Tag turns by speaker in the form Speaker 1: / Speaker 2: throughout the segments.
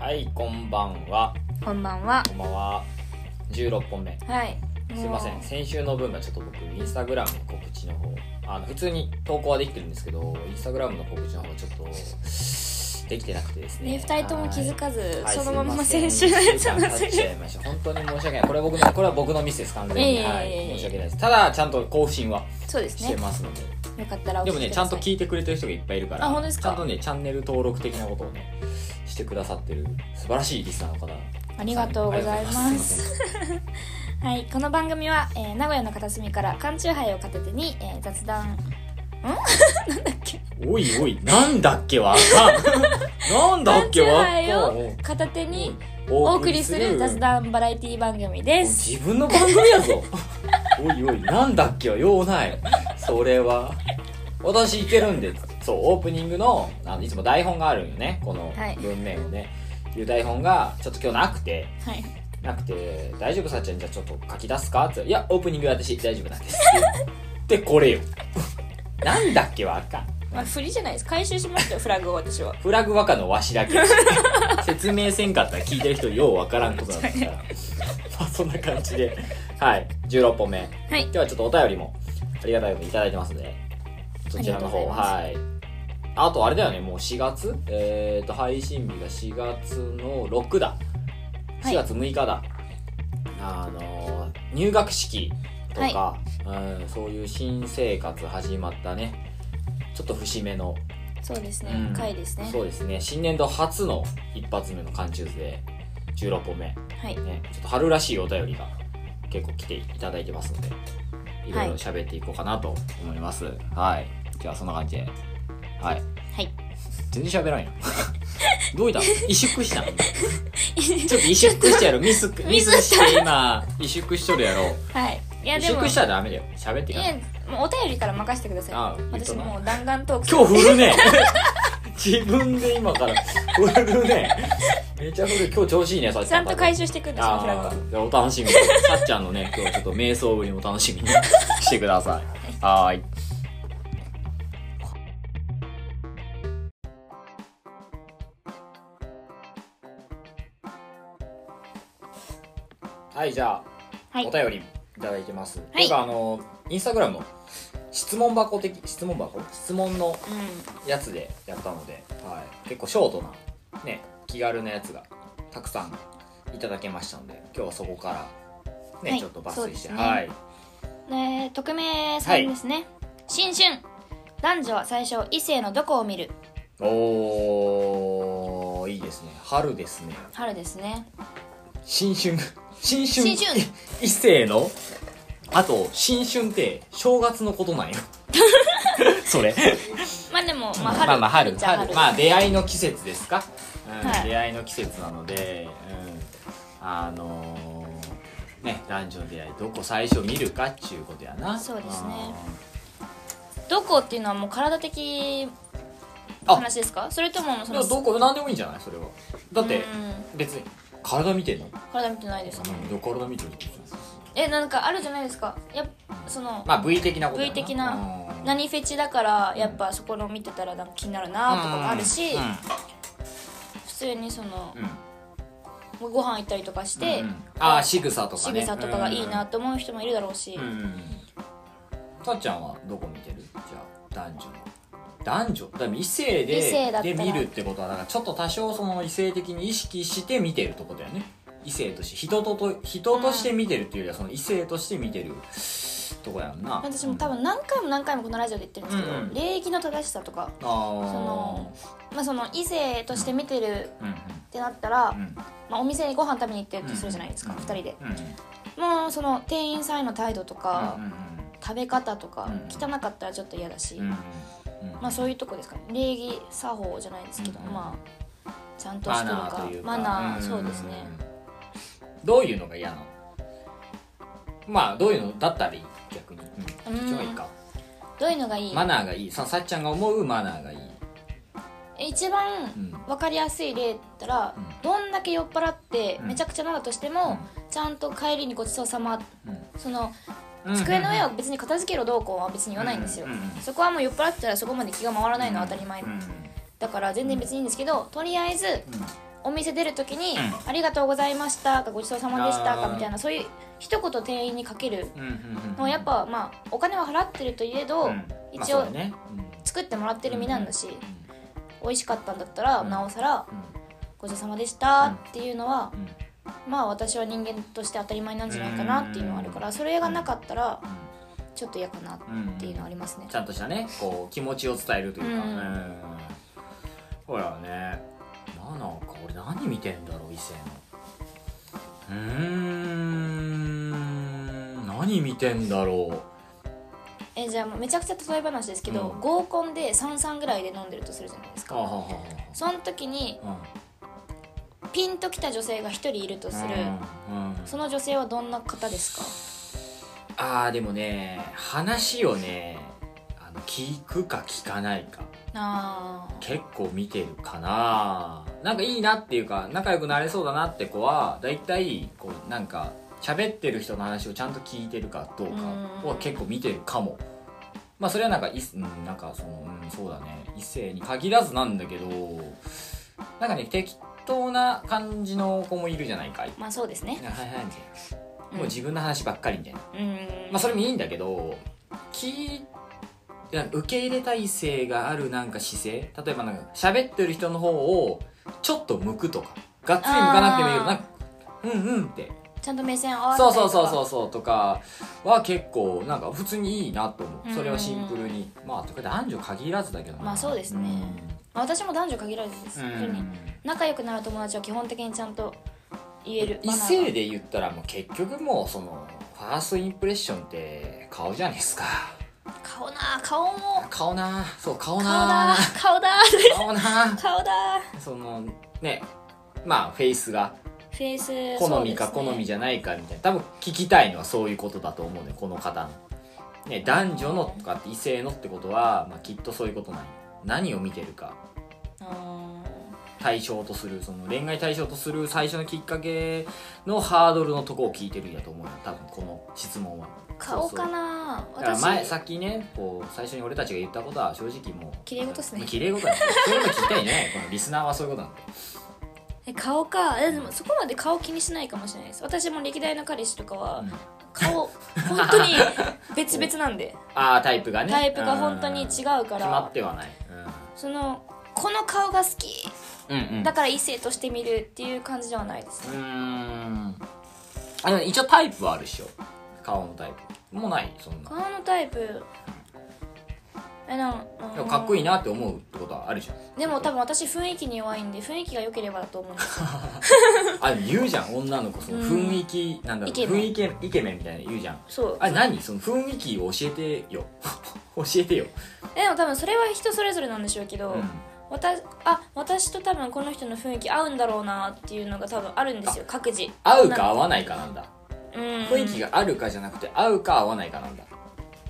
Speaker 1: はい、こんばんは。
Speaker 2: こんばんは
Speaker 1: こんばんは。16本目。
Speaker 2: はい
Speaker 1: すいません、先週の分がちょっと僕、インスタグラムの告知の方、あの普通に投稿はできてるんですけど、インスタグラムの告知の方がちょっと、できてなくてですね。
Speaker 2: ね2人とも気づかず
Speaker 1: はい
Speaker 2: そのまんま
Speaker 1: はいすい
Speaker 2: 先
Speaker 1: せ
Speaker 2: 週のやつ
Speaker 1: ん
Speaker 2: の
Speaker 1: 一週間経っちゃいました本当に申し訳ない。これは僕の、これは僕のミスです、完全に。
Speaker 2: いえいえいえ
Speaker 1: はい、申し訳ないです。ただ、ちゃんと更新は
Speaker 2: そうです
Speaker 1: して
Speaker 2: ね
Speaker 1: ますので。
Speaker 2: よかったらお聞
Speaker 1: で
Speaker 2: き
Speaker 1: もね、
Speaker 2: く
Speaker 1: ちゃ
Speaker 2: だ
Speaker 1: んと
Speaker 2: さい
Speaker 1: 聞いてくれてる人がいっぱいいるから、
Speaker 2: あ本当ですか
Speaker 1: ちゃんとね、チャンネル登録的なことをね、してくださってる、素晴らしいリスナーの方。
Speaker 2: ありがとうござい
Speaker 1: あ
Speaker 2: ま
Speaker 1: りがとうございます
Speaker 2: すはいこの番組は、えー名古屋の片隅から缶チューハイを片手に、えー雑談
Speaker 1: おいおい、なんだっけわかん。なんだっ
Speaker 2: 缶
Speaker 1: け
Speaker 2: チュー
Speaker 1: わ
Speaker 2: ハ
Speaker 1: か
Speaker 2: イ
Speaker 1: ん
Speaker 2: を。片手にお
Speaker 1: お
Speaker 2: 送りする雑談バラエティ番組です
Speaker 1: 自分の番組やぞ。おいおい、なんだっけはようない。それは。私いけるんで、そう、オープニングの、あの、いつも台本があるんよね。この
Speaker 2: はい
Speaker 1: 文面をね。いう台本が、ちょっと今日なくて、
Speaker 2: はい
Speaker 1: なくて、大丈夫さっちゃん、じゃあちょっと書き出すかって言ったらいや、オープニングは私、大丈夫なんです。で、これよ。なんだっけわかん。
Speaker 2: まあ振りじゃないです回収しましたよフラグを私は
Speaker 1: フラグ和歌のわしだけ 説明せんかったら聞いてる人ようわからんことなんですから まあそんな感じではい16本目
Speaker 2: はい
Speaker 1: ではちょっとお便りもありがたいことにいただいてますのでそちらの方
Speaker 2: ありがとうござ
Speaker 1: はいあとあれだよねもう4月えっ、と配信日が4月の6だ
Speaker 2: はい
Speaker 1: 4月6日だ、あのー入学式とか、うん、そういう新生活始まったねちょっと節目の
Speaker 2: そうですね、
Speaker 1: うん
Speaker 2: 回ですね
Speaker 1: そうですね新年度初の一発目の缶チューズで16本目、ね、
Speaker 2: はい
Speaker 1: ちょっと春らしいお便りが結構来ていただいてますのでいろいろ喋っていこうかなと思いますはい、じゃあそんな感じではい
Speaker 2: はい
Speaker 1: 全然喋らんよ どういったの萎縮 したのちょっと萎縮したやろミスミスして 今萎縮しとるやろ
Speaker 2: はいいや
Speaker 1: 萎
Speaker 2: でも
Speaker 1: 縮したらダメだよ喋って
Speaker 2: い
Speaker 1: か
Speaker 2: や
Speaker 1: ら
Speaker 2: もうお便りから任せてください
Speaker 1: あ言った
Speaker 2: 私
Speaker 1: な
Speaker 2: もう弾丸トーク
Speaker 1: 今日振るね 自分で今から振るねめちゃ振る今日調子いいねさっち
Speaker 2: ちゃ
Speaker 1: ゃん
Speaker 2: んと回
Speaker 1: 収
Speaker 2: 収してくるんですよフラグ
Speaker 1: あ
Speaker 2: は
Speaker 1: ーじゃあお楽しみにさっちゃんの ね今日ちょっと瞑想ぶりも楽しみにしてくださいはーいはいじゃあ、
Speaker 2: はい
Speaker 1: お便りいただいてます、
Speaker 2: はい
Speaker 1: なんかあのインスタグラムの質問箱的質問箱質問の
Speaker 2: う
Speaker 1: やつでやったので、はい、結構ショートな、ね、気軽なやつがたくさんいただけましたので今日はそこから、ね
Speaker 2: はい
Speaker 1: ちょっと抜粋して、
Speaker 2: そうですね
Speaker 1: はい
Speaker 2: んで匿名さんですね、新春男女は最初異性のどこを見る
Speaker 1: おーいいですね春ですね
Speaker 2: 春ですね
Speaker 1: 新春 新春
Speaker 2: 新春
Speaker 1: 一世のあと新春って正月のこと なんよそれ
Speaker 2: まあでも、まあ、春
Speaker 1: まあまあ春
Speaker 2: っちゃ
Speaker 1: 春まあ出会いの季節ですか、うん
Speaker 2: はい
Speaker 1: 出会いの季節なので、うん、あのーね男女の出会いどこ最初見るかっちゅうことやな
Speaker 2: そうですねどこっていうのはもう体的
Speaker 1: あ
Speaker 2: 話ですかそれとも
Speaker 1: う
Speaker 2: そ
Speaker 1: んいや
Speaker 2: の
Speaker 1: どこ何でもいいんじゃないそれはだって
Speaker 2: うん
Speaker 1: 別に体見てんの、
Speaker 2: 体見てないですね
Speaker 1: うん、体見てるってことです
Speaker 2: えなんかあるじゃないですかやっその、
Speaker 1: まあ部位的なことや
Speaker 2: V
Speaker 1: な
Speaker 2: 的な
Speaker 1: うん
Speaker 2: 何フェチだからやっぱそこの見てたらなんか気になるなとかもあるし、
Speaker 1: うん
Speaker 2: 普通にその
Speaker 1: うん
Speaker 2: ご飯行ったりとかして、
Speaker 1: うんああ仕草とか
Speaker 2: 仕
Speaker 1: ね
Speaker 2: 草とかがいいなと思う人もいるだろうし、
Speaker 1: うんたっちゃんはどこ見てるじゃあ男女の男女だから異性で
Speaker 2: 異性だった
Speaker 1: で
Speaker 2: ら
Speaker 1: 見るってことはだからちょっと多少その異性的に意識して見てるとこだよね異性として人とと人として見てるっていうよりはその異性として見てるとこやんな
Speaker 2: 私も多分何回も何回もこのラジオで言ってるんですけど、
Speaker 1: うんうん
Speaker 2: 礼儀の正しさとか、
Speaker 1: あー
Speaker 2: そのまあ、その異性として見てる
Speaker 1: うんうん
Speaker 2: ってなったら、
Speaker 1: うん
Speaker 2: まあ、お店にご飯食べに行ってるとするじゃないですか、
Speaker 1: うん
Speaker 2: 二人で
Speaker 1: うんうん
Speaker 2: もうその店員さんへの態度とか、食べ方とか、
Speaker 1: うん
Speaker 2: 汚かったらちょっと嫌だし、
Speaker 1: うんうんうんうん
Speaker 2: まあ、そういうとこですかね礼儀作法じゃないですけど、
Speaker 1: うんうん
Speaker 2: まあちゃんと
Speaker 1: マ
Speaker 2: してる
Speaker 1: ナ
Speaker 2: か
Speaker 1: ーというか
Speaker 2: マナー
Speaker 1: ん
Speaker 2: そうですね、
Speaker 1: どういうのが嫌なのまあどういうのだったらいい逆に、う
Speaker 2: うん
Speaker 1: ん、そっちがいいか
Speaker 2: どういうのがいい
Speaker 1: マナーがいいささっちゃんが思うマナーがいい、
Speaker 2: 一番
Speaker 1: うん
Speaker 2: 分かりやすい例だったら、
Speaker 1: うん
Speaker 2: どんだけ酔っ払って
Speaker 1: うん
Speaker 2: めちゃくちゃ飲んだとしても、ちゃんと帰りにごちそうさまその
Speaker 1: うん
Speaker 2: 机の上を別に片付けろどうこうは別に言わないんですよ、
Speaker 1: うんうんうん
Speaker 2: そこはもう酔っ払ってたらそこまで気が回らないのは当たり前、
Speaker 1: うんうん
Speaker 2: だから全然別にいいんですけどとりあえずお店出る時に
Speaker 1: うん
Speaker 2: 「ありがとうございました」か「ごちそうさまでした」
Speaker 1: あ
Speaker 2: か
Speaker 1: ー
Speaker 2: みたいなそういう一言店員にかける
Speaker 1: うんうんうん
Speaker 2: のはやっぱまあお金は払ってるといえど、
Speaker 1: うんまあ
Speaker 2: 一
Speaker 1: そう
Speaker 2: 応
Speaker 1: だねうん
Speaker 2: 作ってもらってる身なんだし、
Speaker 1: う
Speaker 2: 美味しかったんだったら
Speaker 1: うん
Speaker 2: なおさら
Speaker 1: ん
Speaker 2: 「ごちそうさまでした」っていうのは
Speaker 1: うんうん
Speaker 2: まあ私は人間として当たり前なんじゃないかなっていうのはあるからそれがなかったらちょっと嫌かなっ
Speaker 1: うんうん
Speaker 2: ていうのはありますね
Speaker 1: ちゃんとしたねこう気持ちを伝えるというかう
Speaker 2: うんん
Speaker 1: ほらねマナーか俺何見てんだろう異性のうーん何見てんだろ
Speaker 2: えじゃあもうめちゃくちゃ例え話ですけど、
Speaker 1: うん
Speaker 2: 合コンで33ぐらいで飲んでるとするじゃないです
Speaker 1: うはあは
Speaker 2: かその時に
Speaker 1: あは
Speaker 2: ピンときた女性が一人いるとする、
Speaker 1: あうんうん
Speaker 2: その女性はどんな方ですか
Speaker 1: あーでもね話をねあの聞くか聞かないか
Speaker 2: あー
Speaker 1: 結構見てるかななんかいいなっていうか仲良くなれそうだなって子はだいたいこうなんか喋ってる人の話をちゃんと聞いてるかどうかは結構見てるかもまあそれはなんかいうんなんかその、うん、そうだね異性に限らずなんだけどなんかね適当な感じの子もいるじゃないかい
Speaker 2: まあそうですね
Speaker 1: はいはいはいみたいなもう
Speaker 2: うん
Speaker 1: 自分の話ばっかりみたいな
Speaker 2: うーん
Speaker 1: まあそれもいいんだけど聞いなんか受け入れたい性があるなんか姿勢例えばなんか喋ってる人の方をちょっと向くとかがっつり向かなくてもいいけど
Speaker 2: あー
Speaker 1: なんかうんうんって
Speaker 2: ちゃんと目線合わせた
Speaker 1: そう
Speaker 2: りと
Speaker 1: そ
Speaker 2: か
Speaker 1: うそうそうそうとかは結構なんか普通にいいなと思
Speaker 2: う
Speaker 1: うんそれはシンプルにまあとか男女限らずだけどな
Speaker 2: まあそうですねまあ私も男女限らずです、
Speaker 1: うんう
Speaker 2: 本当に
Speaker 1: ん
Speaker 2: 仲良くなる友達は基本的にちゃんと言える
Speaker 1: 異
Speaker 2: マナーが
Speaker 1: 性で言ったらもう結局もうそのファーストインプレッションって顔じゃないですか
Speaker 2: 顔な顔も
Speaker 1: 顔なそう顔
Speaker 2: 顔
Speaker 1: な
Speaker 2: だ顔だ
Speaker 1: 顔な
Speaker 2: 顔だ
Speaker 1: そのねまあフェイスが
Speaker 2: フェイス
Speaker 1: 好みか好
Speaker 2: そうですね
Speaker 1: みじゃないかみたいな、多分聞きたいのはそういうことだと思うねこの方の、ね、男女のとかって異性のってことは、まあ、きっとそういうことない何を見てるか
Speaker 2: あ
Speaker 1: 対象とするその恋愛対象とする最初のきっかけのハードルのとこを聞いてるんやと思うよ多分この質問は
Speaker 2: ー顔かな
Speaker 1: だから
Speaker 2: 私
Speaker 1: 前さっきねこう最初に俺たちが言ったことは正直もう
Speaker 2: 綺麗事っすね
Speaker 1: もう綺麗事だねそういうこと聞きたいんじゃないこのリスナーはそういうことなんだよ
Speaker 2: え顔かえでもそこまで顔気にしないかもしれないです私も歴代の彼氏とかは、
Speaker 1: うん
Speaker 2: 顔本当に別々なんで
Speaker 1: ああタイプがね
Speaker 2: タイプが本当に違うか
Speaker 1: 決ま
Speaker 2: ら
Speaker 1: ってはない、
Speaker 2: そのこの顔が好き
Speaker 1: うん、うんうん
Speaker 2: だから異性として見るっていう感じではないです
Speaker 1: うーんあでも一応タイプはあるっしょ顔のタイプもうないそんな
Speaker 2: 顔のタイプえなん
Speaker 1: でもかっこいい
Speaker 2: い
Speaker 1: なって思うってことはあるじゃん
Speaker 2: でも多分私雰囲気に弱いんで雰囲気が良ければだと思うんですよ
Speaker 1: あでも言うじゃん女の子その雰囲気、なんだろう
Speaker 2: イケメン
Speaker 1: 雰囲気イケメンみたいなの言うじゃん
Speaker 2: そう
Speaker 1: あれ何その雰囲気を教えてよ 教えてよ、
Speaker 2: えでも多分それは人それぞれなんでしょうけど、
Speaker 1: うん
Speaker 2: 私あ私と多分この人の雰囲気合うんだろうなっていうのが多分あるんですよ各自
Speaker 1: 合うか合わないかなんだ
Speaker 2: うん
Speaker 1: 雰囲気があるかじゃなくて合うか合わないかなんだ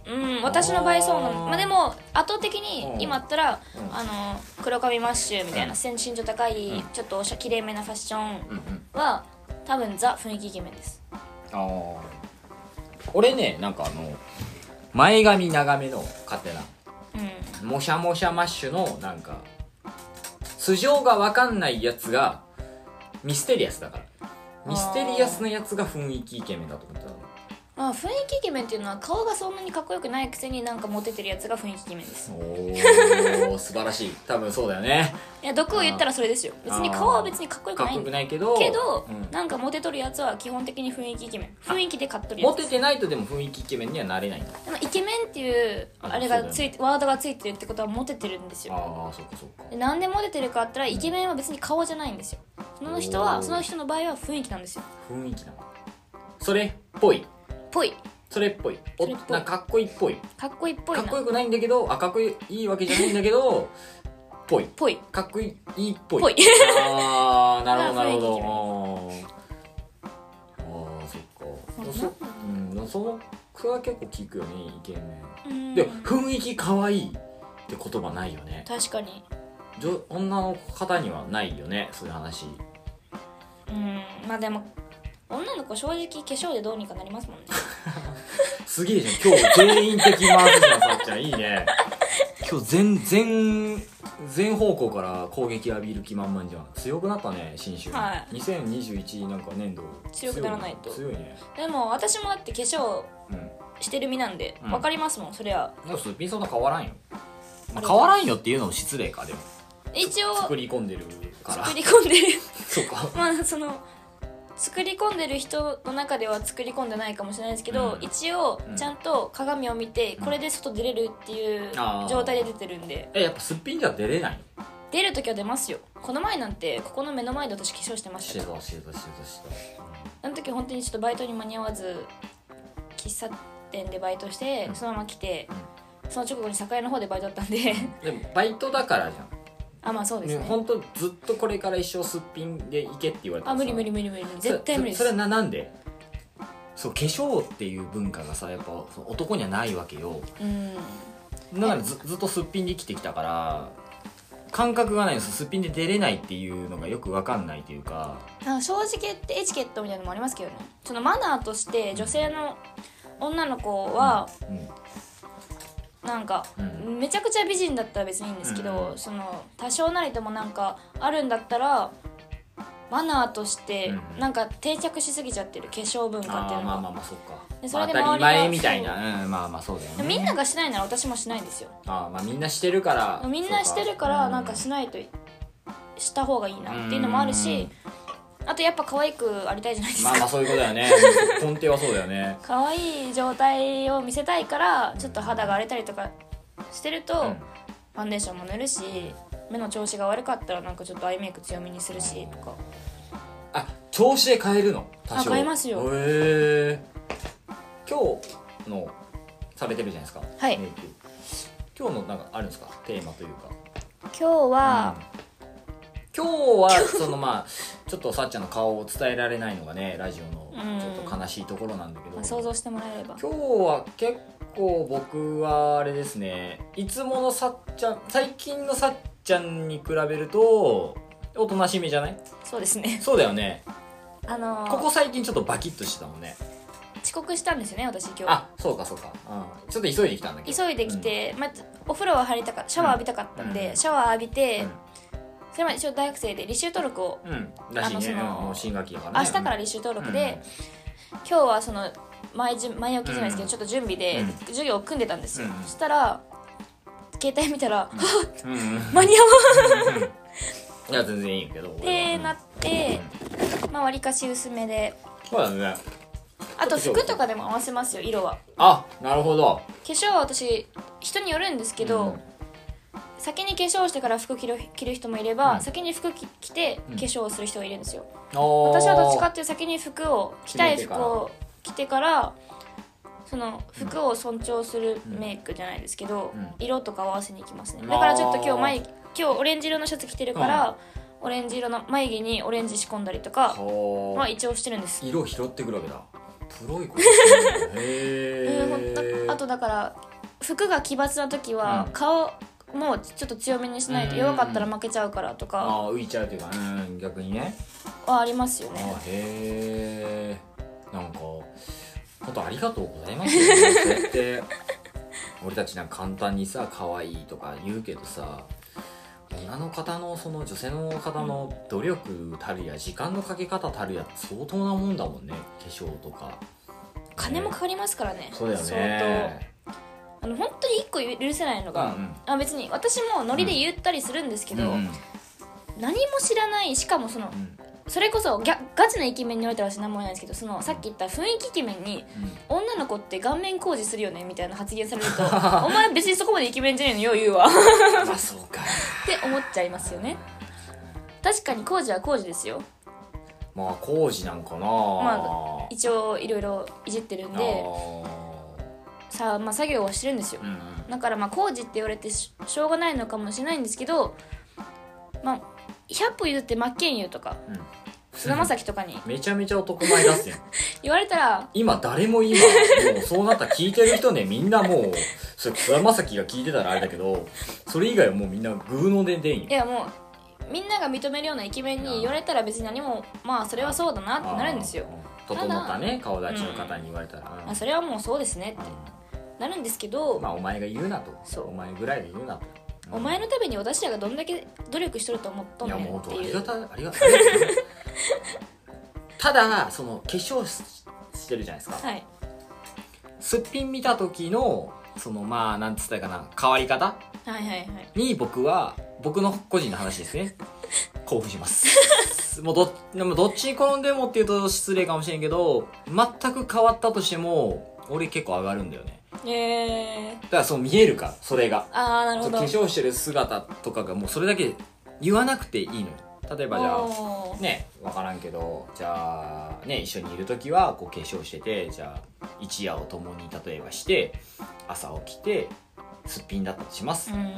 Speaker 2: うん私の場合そうなの
Speaker 1: あー
Speaker 2: まあでも圧倒的
Speaker 1: うん
Speaker 2: に今だったら、
Speaker 1: うん
Speaker 2: あの黒髪マッシュみたい
Speaker 1: う
Speaker 2: な、
Speaker 1: ん
Speaker 2: 背身長高い、
Speaker 1: うん
Speaker 2: ちょっとおしゃきれいめなファッション
Speaker 1: うんうん
Speaker 2: は多分ザ雰囲気イケメンです
Speaker 1: あー俺ねなんかあの前髪長めの勝手な
Speaker 2: うん
Speaker 1: もしゃもしゃマッシュのなんか素性が分かんないやつがミステリアスだからミステリアスなやつが雰囲気イケメンだと思ってたの
Speaker 2: まあ雰囲気イケメンっていうのは顔がそんなにかっこよくないくせになんかモテてるやつが雰囲気イケメンです
Speaker 1: おー 素晴らしい多分そうだよね
Speaker 2: いや毒を言ったらそれですよ別に顔は別にかっこよく
Speaker 1: かっ
Speaker 2: ない
Speaker 1: こ
Speaker 2: ん
Speaker 1: よく
Speaker 2: だ
Speaker 1: ないけど
Speaker 2: けど、
Speaker 1: うん
Speaker 2: なんかモテとるやつは基本的に雰囲気イケメン雰囲気で買っとるや
Speaker 1: モ
Speaker 2: つ
Speaker 1: テてないとでも雰囲気イケメンにはなれないんだ
Speaker 2: でもイケメンっていう
Speaker 1: あ
Speaker 2: あれ
Speaker 1: そう
Speaker 2: が
Speaker 1: だよね
Speaker 2: ついてワードがついてるってことはモテてるんですよ
Speaker 1: ああそっかそっか
Speaker 2: でなんでモテてるかって言ったらイケメンは別に顔じゃないんですよその人
Speaker 1: おー
Speaker 2: はその人の場合は雰囲気なんですよ
Speaker 1: 雰囲気なんだそれっぽい
Speaker 2: ぽい
Speaker 1: それっぽいお
Speaker 2: それっぽい
Speaker 1: なんかかっこいいっぽい
Speaker 2: かっこいいっぽい
Speaker 1: か
Speaker 2: な
Speaker 1: っこよくないんだけどあかっこいいわけじゃないんだけどぽい
Speaker 2: ぽい
Speaker 1: かっこいいっぽい
Speaker 2: ぽい
Speaker 1: ああなるほどなるほど
Speaker 2: ま
Speaker 1: あーあーそっか
Speaker 2: そ
Speaker 1: そううんその句は結構聞くよねイケメ
Speaker 2: うん
Speaker 1: ンでも雰囲気可愛いって言葉ないよね
Speaker 2: 確かに
Speaker 1: 女女の方にはないよねそういう話
Speaker 2: うんまあでも女の子正直化粧でどうにかな りますもんね
Speaker 1: すげえじゃん今日全員的マークじゃんさっちゃんいいね今日全全全方向から攻撃浴びる気満々じゃん強くなったね新州、
Speaker 2: は
Speaker 1: 2021なんか年度
Speaker 2: 強くならないと
Speaker 1: 強いね
Speaker 2: でも私もだって化粧
Speaker 1: うん
Speaker 2: してる身なんで
Speaker 1: うん
Speaker 2: 分かりますもん、そりゃ
Speaker 1: でもすっぴんそんな変わらんよ、ま
Speaker 2: あ
Speaker 1: あ、
Speaker 2: れ
Speaker 1: 変わらんよっていうのも失礼かでも
Speaker 2: 一応
Speaker 1: 作り込んでるから
Speaker 2: 作り込んでる
Speaker 1: そうか
Speaker 2: まあその作り込んでる人の中では作り込んでないかもしれないですけど、
Speaker 1: うん
Speaker 2: 一応
Speaker 1: うん
Speaker 2: ちゃんと鏡を見て、
Speaker 1: うん
Speaker 2: これで外出れるっていう
Speaker 1: あー
Speaker 2: 状態で出てるんで
Speaker 1: えやっぱすっぴんじゃ出れない
Speaker 2: 出る時は出ますよこの前なんてここの目の前で私化粧してまし
Speaker 1: して
Speaker 2: た
Speaker 1: た
Speaker 2: から
Speaker 1: してたしてたして
Speaker 2: あの時本当にちょっとバイトに間に合わず喫茶店でバイトして、
Speaker 1: うん
Speaker 2: そのまま来て、その直後に酒屋の方でバイトだったんで
Speaker 1: たでもバイトだからじゃん
Speaker 2: あまあそうです
Speaker 1: ね
Speaker 2: ね
Speaker 1: 本当ずっとこれから一生すっぴんでいけって言われた
Speaker 2: あ
Speaker 1: らさ
Speaker 2: 無理無理無理無理絶対無理で
Speaker 1: そ
Speaker 2: す
Speaker 1: れそれはななんでそう化粧っていう文化がさやっぱその男にはないわけよ
Speaker 2: うん
Speaker 1: だからずずっとすっぴんで生きてきたから感覚がないんですすっぴんで出れないっていうのがよくわかんないというか
Speaker 2: あ正直言ってエチケットみたいなのもありますけどねそのマナーとして女性の女の子は
Speaker 1: うん
Speaker 2: なんか、
Speaker 1: うん
Speaker 2: めちゃくちゃ美人だったら別にいいんですけど、
Speaker 1: うん
Speaker 2: その多少なりともなんかあるんだったらマナーとして
Speaker 1: うん
Speaker 2: なんか定着しすぎちゃってる化粧文化ってい
Speaker 1: あ
Speaker 2: う
Speaker 1: ーまあま
Speaker 2: の
Speaker 1: あ
Speaker 2: が
Speaker 1: まあそっか
Speaker 2: でそれで
Speaker 1: まあ当たり
Speaker 2: 周り
Speaker 1: 前
Speaker 2: が
Speaker 1: みたいなうんまあまあそうだよね
Speaker 2: みんながしないなら私もしないんですよ
Speaker 1: あーまあみんなしてるから
Speaker 2: みんなしてるからなんかしないとした方がいいなっていうのもあるしあとやっぱ可愛くありたいじゃないですか
Speaker 1: まあまあそういうことだよ ね根底はそうだよね
Speaker 2: 可愛い状態を見せたいからちょっと肌が荒れたりとかしてると、
Speaker 1: うん
Speaker 2: ファンデーションも塗るし目の調子が悪かったらなんかちょっとアイメイク強めにするしとか
Speaker 1: あ調子で変えるの多少
Speaker 2: あ変えますよ
Speaker 1: へえ今日のされてるじゃないですか
Speaker 2: はい
Speaker 1: メイク今日のなんかあるんですかテーマというか
Speaker 2: 今日は、
Speaker 1: 今日 はそのまあちょっとさっちゃんの顔を伝えられないのがねラジオ
Speaker 2: うん
Speaker 1: のちょっと悲しいところなんだけど、
Speaker 2: まあ想像してもらえれば
Speaker 1: 今日は結構僕はあれですねいつものさっちゃん最近のさっちゃんに比べるとおとなしめじゃない
Speaker 2: そうですね
Speaker 1: そうだよね
Speaker 2: あのー
Speaker 1: ここ最近ちょっとバキッとしてたもんね
Speaker 2: 遅刻したんですよね私今日
Speaker 1: あそうかそうか、うん、ちょっと急いできたんだけど
Speaker 2: 急いでき、て、まあ、お風呂は入りたかったシャワー浴びたかったんで、
Speaker 1: うん
Speaker 2: シャワー浴びて、
Speaker 1: うん
Speaker 2: それまで一応大学生で履修登録を
Speaker 1: うんうん、らしいね
Speaker 2: あのその
Speaker 1: うんもう新学期だから
Speaker 2: 明
Speaker 1: ね
Speaker 2: 日から
Speaker 1: うん
Speaker 2: 履修登録で、今日はその前じ前置きじゃないですけど、
Speaker 1: うん
Speaker 2: ちょっと準備で
Speaker 1: うん
Speaker 2: 授業を組んでたんですよ、
Speaker 1: うん
Speaker 2: そしたら携帯見たら「はっ
Speaker 1: うんうん
Speaker 2: 間に合わ
Speaker 1: いや全然いいけど
Speaker 2: ん!」っ
Speaker 1: 俺は
Speaker 2: てなって、まあわりかし薄めで
Speaker 1: そうだね
Speaker 2: あと服とかでも合わせますよ色は
Speaker 1: あなるほど
Speaker 2: 化粧は私人によるんですけど、先に化粧してから服着る着る人もいれば、
Speaker 1: うん
Speaker 2: 先に服着着て
Speaker 1: う
Speaker 2: 化
Speaker 1: ん
Speaker 2: 粧をする人がいるんですよ、私
Speaker 1: 私
Speaker 2: はどっちかっていうと先に服を着たい服を着てからその服を尊重するメイクじゃないですけど、
Speaker 1: うん
Speaker 2: 色とかを合わせに行きますね
Speaker 1: あー
Speaker 2: だからちょっと今日眉毛今日オレンジ色のシャツ着てるから、オレンジ色の眉毛にオレンジ仕込んだりとか
Speaker 1: は
Speaker 2: は一応してるんです、
Speaker 1: 色を拾ってくるわけだプロい ことしてるんだへ
Speaker 2: えーほん
Speaker 1: え
Speaker 2: とあとだから服が奇抜な時は
Speaker 1: うん
Speaker 2: 顔もちょっと強めにしないと
Speaker 1: うん
Speaker 2: 弱かったら負けちゃうからとか
Speaker 1: あー浮いちゃうというかうん逆にね
Speaker 2: はありますよ
Speaker 1: あ
Speaker 2: ね
Speaker 1: ーへえんか本当ありがとうございますよ ねそうやって俺たちなんか簡単にさ可愛いとか言うけどさ女の方のその女性の方の努力たるや時間のかけ方たるや相当なもんだもんね化粧とか
Speaker 2: 金もかかりますからね
Speaker 1: そうだよね
Speaker 2: 相当あの本当に一個許せないのが、
Speaker 1: うんうん
Speaker 2: あ別に私もノリで言ったりするんですけど、
Speaker 1: うんうん
Speaker 2: 何も知らないしかもその
Speaker 1: うん
Speaker 2: それこそギャガチなイケメンにおいては私何も言わないんですけどそのさっき言った雰囲気イケメンに
Speaker 1: うん
Speaker 2: 女の子って顔面工事するよねみたいな発言され るとお前別にそこまでイケメンじゃねえのよう言うわっ
Speaker 1: まあそう か
Speaker 2: て思っちゃいますよね確かに工事は工事ですよ
Speaker 1: まあ工事なんかな、
Speaker 2: ま一応いろいろいじってるんでさあ、まあ、作業はしてるんですよ
Speaker 1: あーうん
Speaker 2: だからまあ工事って言われてししょうがないのかもしれないんですけどまあ100歩譲って真剣佑とか
Speaker 1: うんうん
Speaker 2: 菅田将暉とかに
Speaker 1: めちゃめちゃ男前出すやん
Speaker 2: 言われたら
Speaker 1: 今誰も今もうそうなった聞いてる人ねみんなもうそれ菅田将暉が聞いてたらあれだけどそれ以外はもうみんなグーので出んよ
Speaker 2: いやもうみんなが認めるようなイケメンに言われたら別に何もまあそれはそうだなってなるんですよ
Speaker 1: あー整ったね顔立ちの方に言われたら、うん
Speaker 2: あそれはもうそうですねって
Speaker 1: う
Speaker 2: なるんですけど、
Speaker 1: まあお前が言うなと
Speaker 2: そう
Speaker 1: お前ぐらいが言うなと、うん
Speaker 2: お前のために私らがどんだけ努力しとると思っとん
Speaker 1: い
Speaker 2: ね
Speaker 1: や
Speaker 2: ん
Speaker 1: もう
Speaker 2: って
Speaker 1: あ
Speaker 2: い
Speaker 1: り
Speaker 2: う
Speaker 1: がたいありがたいただその化粧ししてるじゃないですか、
Speaker 2: はい
Speaker 1: すっぴん見た時のそのまあなんつったらいいかな変わり方
Speaker 2: はいはいはい
Speaker 1: に僕は僕の個人の話ですね興奮します もうどでもどっちに転んでもっていうと失礼かもしれんけど全く変わったとしても俺結構上がるんだよね
Speaker 2: えー、
Speaker 1: だからそう見えるからそれが
Speaker 2: ああなる
Speaker 1: そ
Speaker 2: ほ
Speaker 1: う
Speaker 2: ど
Speaker 1: 化粧してる姿とかがもうそれだけ言わなくていいのよ例えばじゃあ
Speaker 2: おー
Speaker 1: ね分からんけどじゃあね一緒にいる時はこう化粧しててじゃあ一夜を共に例えばして朝起きてすっぴんだったとします、
Speaker 2: うん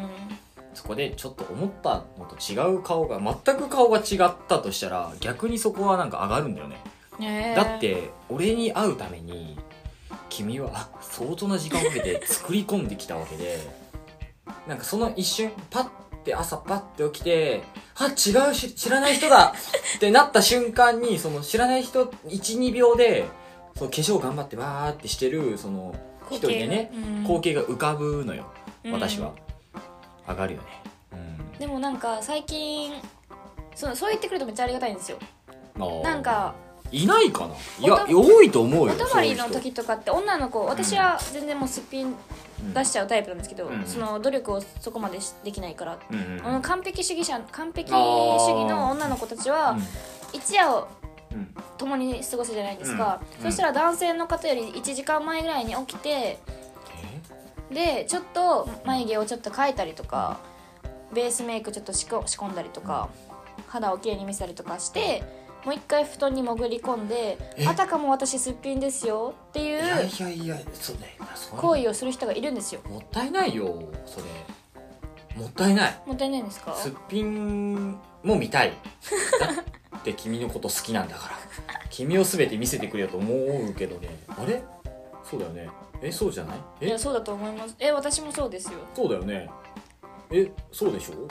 Speaker 1: そこでちょっと思ったのと違う顔が全く顔が違ったとしたら逆にそこはなんか上がるんだよね、
Speaker 2: えー、
Speaker 1: だって俺に会うために君は相当な時間をかけて作り込んできたわけでなんかその一瞬パッて朝パッて起きてあ違うし知らない人だってなった瞬間にその知らない人12秒でその化粧頑張ってわーってしてるその一人でね光景が浮かぶのよ
Speaker 2: うん
Speaker 1: 私は
Speaker 2: う、
Speaker 1: 上がるよね、
Speaker 2: んでもなんか最近そのそう言ってくるとめっちゃありがたいんですよ
Speaker 1: うん
Speaker 2: なんか
Speaker 1: いないかないや
Speaker 2: おた
Speaker 1: 多いと思う
Speaker 2: お
Speaker 1: よ
Speaker 2: 泊まりの時とかって女の子私は全然もうすっぴん出しちゃうタイプなんですけど、
Speaker 1: うん
Speaker 2: その努力をそこまでしできないから、
Speaker 1: そういう人
Speaker 2: あの完璧主義者完璧主義の女の子たちは一夜を
Speaker 1: うんうん
Speaker 2: 共に過ごすじゃないですか、
Speaker 1: うん
Speaker 2: そしたら男性の方より1時間前ぐらいに起きて
Speaker 1: え
Speaker 2: でちょっと眉毛をちょっと描いたりとかベースメイクちょっと仕込仕込んだりとか肌をきれいに見せたりとかしてもう一回布団に潜り込んで
Speaker 1: え
Speaker 2: あたかも私すっぴんですよってい
Speaker 1: いや
Speaker 2: う
Speaker 1: いやいやそうだよなそういうの
Speaker 2: 行為をする人がいるんですよ
Speaker 1: もったいないよそれもったいない
Speaker 2: もったいないですか
Speaker 1: すっぴんも見たいだって君のこと好きなんだから君を全て見せてくれよと思うけどねあれそうだよねえそうじゃない
Speaker 2: い
Speaker 1: え
Speaker 2: やそうだと思いますえ私もそうですよ、
Speaker 1: そうだよねえそうでしょ
Speaker 2: うん、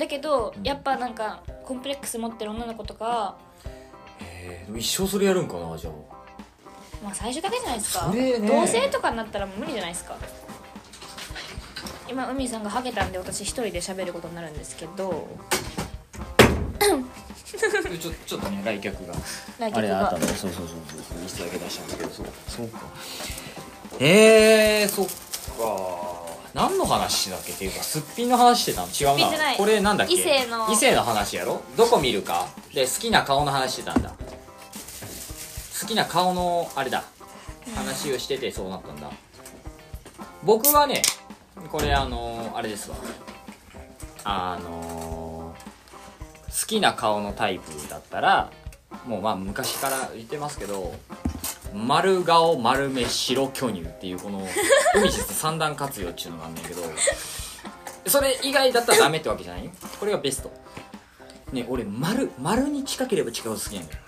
Speaker 2: だけど
Speaker 1: うん
Speaker 2: やっぱなんかコンプレックス持ってる女の子とか
Speaker 1: えーでも一生それやるんかなじゃあ
Speaker 2: まあ最初だけじゃないですか、
Speaker 1: それね
Speaker 2: 同棲とかになったらもう無理じゃないですか今海さんがハゲたんで私一人で喋ることになるんですけど
Speaker 1: ちょちょっとね来客が
Speaker 2: 来
Speaker 1: あ
Speaker 2: 客
Speaker 1: れあった
Speaker 2: が
Speaker 1: のそうそうそうそうリストだけ出したんですけどそうそうかえー、そっか何の話だっけっていうかすっぴんの話してたの違う
Speaker 2: すっぴん
Speaker 1: な
Speaker 2: じゃない
Speaker 1: これなんだっけ
Speaker 2: 異性の
Speaker 1: 異性の話やろどこ見るかで好きな顔の話してたんだ好きな顔のあれだ話をしててそうなったんだ僕はねこれあのーあれですわあのー好きな顔のタイプだったらもうまあ昔から言ってますけど丸顔丸目白巨乳っていうこ の海実三段活用っていうのがあんねんけどそれ以外だったらダメってわけじゃないよこれがベストね俺丸丸に近ければ近いほど好きなんだよ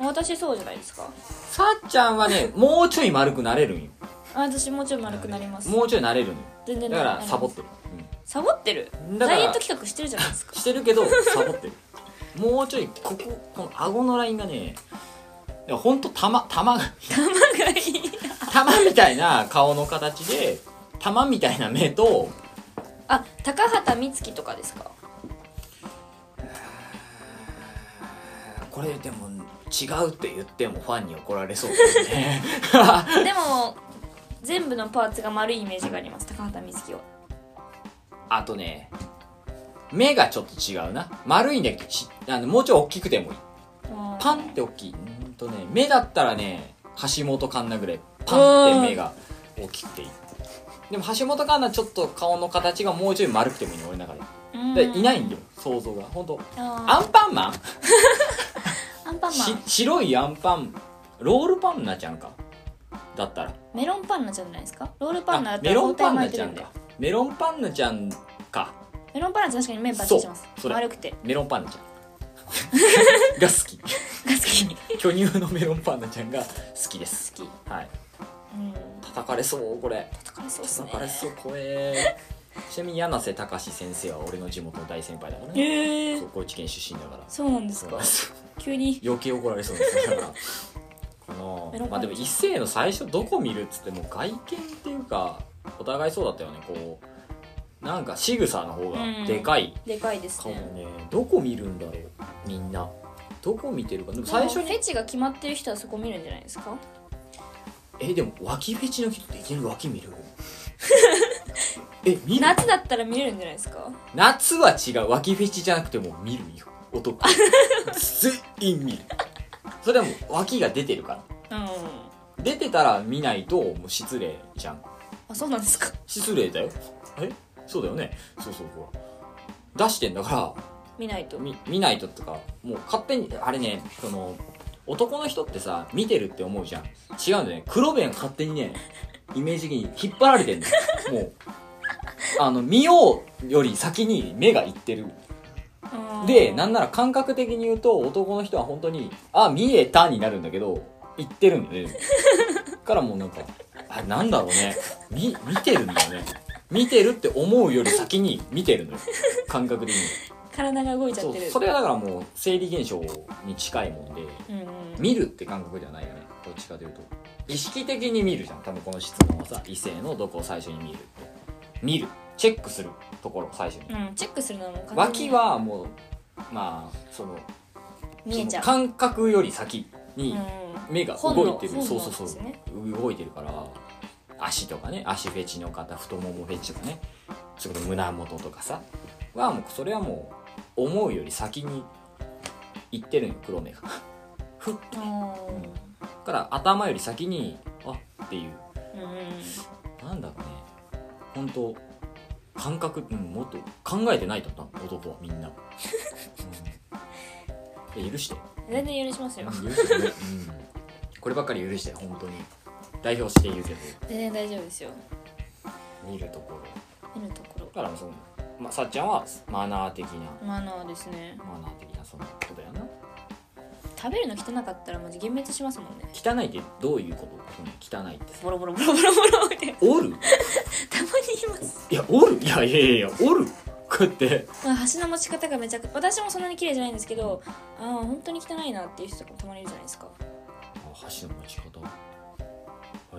Speaker 2: 私そうじゃないですか
Speaker 1: さっちゃんはねもうちょい丸くなれるんよ
Speaker 2: あ私もうちょい丸くなります
Speaker 1: もうちょいなれるんよ
Speaker 2: 全然
Speaker 1: だか
Speaker 2: な
Speaker 1: ら
Speaker 2: ります
Speaker 1: サボってる、うん
Speaker 2: サボってる
Speaker 1: だから
Speaker 2: ダイエット企画してるじゃない ですか
Speaker 1: してるけどサボってるもうちょいこここの顎のラインがねいやほんと玉玉が
Speaker 2: 玉がいい
Speaker 1: 玉みたいな顔の形で玉みたいな目と
Speaker 2: あ高畑充希とかですか
Speaker 1: これでも違うって言ってもファンに怒られそうですね
Speaker 2: でも全部のパーツが丸いイメージがあります高畑充希は
Speaker 1: あとね目がちょっと違うな丸いんだけどちあのもうちょい大きくてもいいパンって大きいうんとね目だったらね橋本環奈ぐらいパンって目が大きくていいでも橋本環奈ちょっと顔の形がもうちょい丸くてもいいの俺の中で
Speaker 2: うん
Speaker 1: でいないんだよ想像が本当ア
Speaker 2: あ
Speaker 1: ンパンマン
Speaker 2: ーアンパンマ
Speaker 1: し
Speaker 2: ン
Speaker 1: 白いアンパンロールパンナちゃんかだったら
Speaker 2: メロンパンナちゃんじゃないですかロールパンナだ
Speaker 1: あ
Speaker 2: った
Speaker 1: メ
Speaker 2: ら
Speaker 1: ロ
Speaker 2: 包
Speaker 1: ンパ
Speaker 2: 帯
Speaker 1: ン
Speaker 2: 巻
Speaker 1: ナ
Speaker 2: いて
Speaker 1: ち
Speaker 2: る
Speaker 1: ゃ
Speaker 2: ん
Speaker 1: ん
Speaker 2: で
Speaker 1: かメロンパンナちゃんか
Speaker 2: メロンパンナちゃん確かに目バッチリしてます
Speaker 1: そうそれ
Speaker 2: 丸くて
Speaker 1: メロンパンナちゃん が好き
Speaker 2: が好き好
Speaker 1: 巨乳のメロンパンナちゃんが好きです
Speaker 2: き
Speaker 1: はい
Speaker 2: うん
Speaker 1: 叩かれそうこれ
Speaker 2: 叩かれそうっすね
Speaker 1: 叩かれそう怖えちなみに柳瀬隆先生は俺の地元の大先輩だからね
Speaker 2: え
Speaker 1: そう
Speaker 2: ー、
Speaker 1: 高知県出身だから
Speaker 2: そうなんです
Speaker 1: そう
Speaker 2: か
Speaker 1: なんです
Speaker 2: 急に
Speaker 1: 余計怒られそうですだからこ
Speaker 2: メロ
Speaker 1: の
Speaker 2: ンパン
Speaker 1: まあでも異性の最初どこ見るっつっても外見っていうなんかお互いそうだったよねこうなんか仕草の方がでかい
Speaker 2: でかいです
Speaker 1: かも
Speaker 2: ね
Speaker 1: ね、どこ見るんだろうみんなどこ見てるかでも最初
Speaker 2: でも
Speaker 1: に
Speaker 2: フェチが決まってる人はそこ見るんじゃないですか
Speaker 1: えでも脇フェチの人っていきなり脇見 るえ見る
Speaker 2: 夏だったら見れるんじゃないですか
Speaker 1: 夏は違う脇フェチじゃなくても見るよ男全員見るそれはもう脇が出てるから
Speaker 2: うん
Speaker 1: 出てたら見ないともう失礼じゃん
Speaker 2: あそうなんですか
Speaker 1: 失礼だよえそうだよねそうそうほら出してんだか
Speaker 2: 見ないと
Speaker 1: ら見見ないととかもう勝手にあれねその男の人ってさ見てるって思うじゃん違うんだよね黒弁勝手にねイメージ的に引っ張られてんのもうあの見ようより先に目がいってる
Speaker 2: うん
Speaker 1: でなんなら感覚的に言うと男の人は本当に「あ見えた」になるんだけど言ってるんだよねからもうなんかあなんだろうねみ見てるんだよね見てるって思うより先に見てるのよ感覚的に
Speaker 2: 体が動いちゃ
Speaker 1: そ
Speaker 2: っ
Speaker 1: う
Speaker 2: てる
Speaker 1: それはだからもう生理現象に近いもんで
Speaker 2: うんうん
Speaker 1: 見るって感覚ではないよねどっちかというと意識的に見るじゃん多分この質問はさ異性のどこを最初に見るって見るチェックするところ最初に、
Speaker 2: うん、チェックするのはもう完全
Speaker 1: 脇
Speaker 2: に
Speaker 1: はもうまあその
Speaker 2: 見えちゃう
Speaker 1: 感覚より先
Speaker 2: う
Speaker 1: に
Speaker 2: ん
Speaker 1: 目が動いてる、
Speaker 2: 本能
Speaker 1: そうそうそ
Speaker 2: 本能
Speaker 1: う、
Speaker 2: ですね
Speaker 1: 動いてるから足とかね足フェチの方太ももフェチとかねそれから胸元とかさはもうそれはもう思うより先に行ってるのよ黒目が ふっ
Speaker 2: あー
Speaker 1: だから頭より先にあっていう
Speaker 2: うんうん
Speaker 1: なんだろうね本当感覚、うん、もっと考えてないと思った男はみん な、うん、え許して
Speaker 2: 全然許しますよ
Speaker 1: 許してねうん、こればっかり許して本当に代表して言うけど
Speaker 2: 全然大丈夫ですよ
Speaker 1: 見るところ
Speaker 2: 見るとこ
Speaker 1: だからその、まあ、さっちゃんはマナー的な
Speaker 2: ろマナーですね
Speaker 1: マナー的なそのことやな
Speaker 2: 食べるの汚かったらマジ幻滅しますもんね
Speaker 1: 汚いってどういうことその汚いってさ
Speaker 2: ボロボロボロボロボロ みたいな
Speaker 1: おる
Speaker 2: たまに言います
Speaker 1: いやおるいやいやいやおるこうやって
Speaker 2: まあ箸の持ち方がめちゃく私もそんなに綺麗じゃないんですけどああ本当に汚いなっていう人とかもたまにいるじゃないですか
Speaker 1: あ箸の持ち方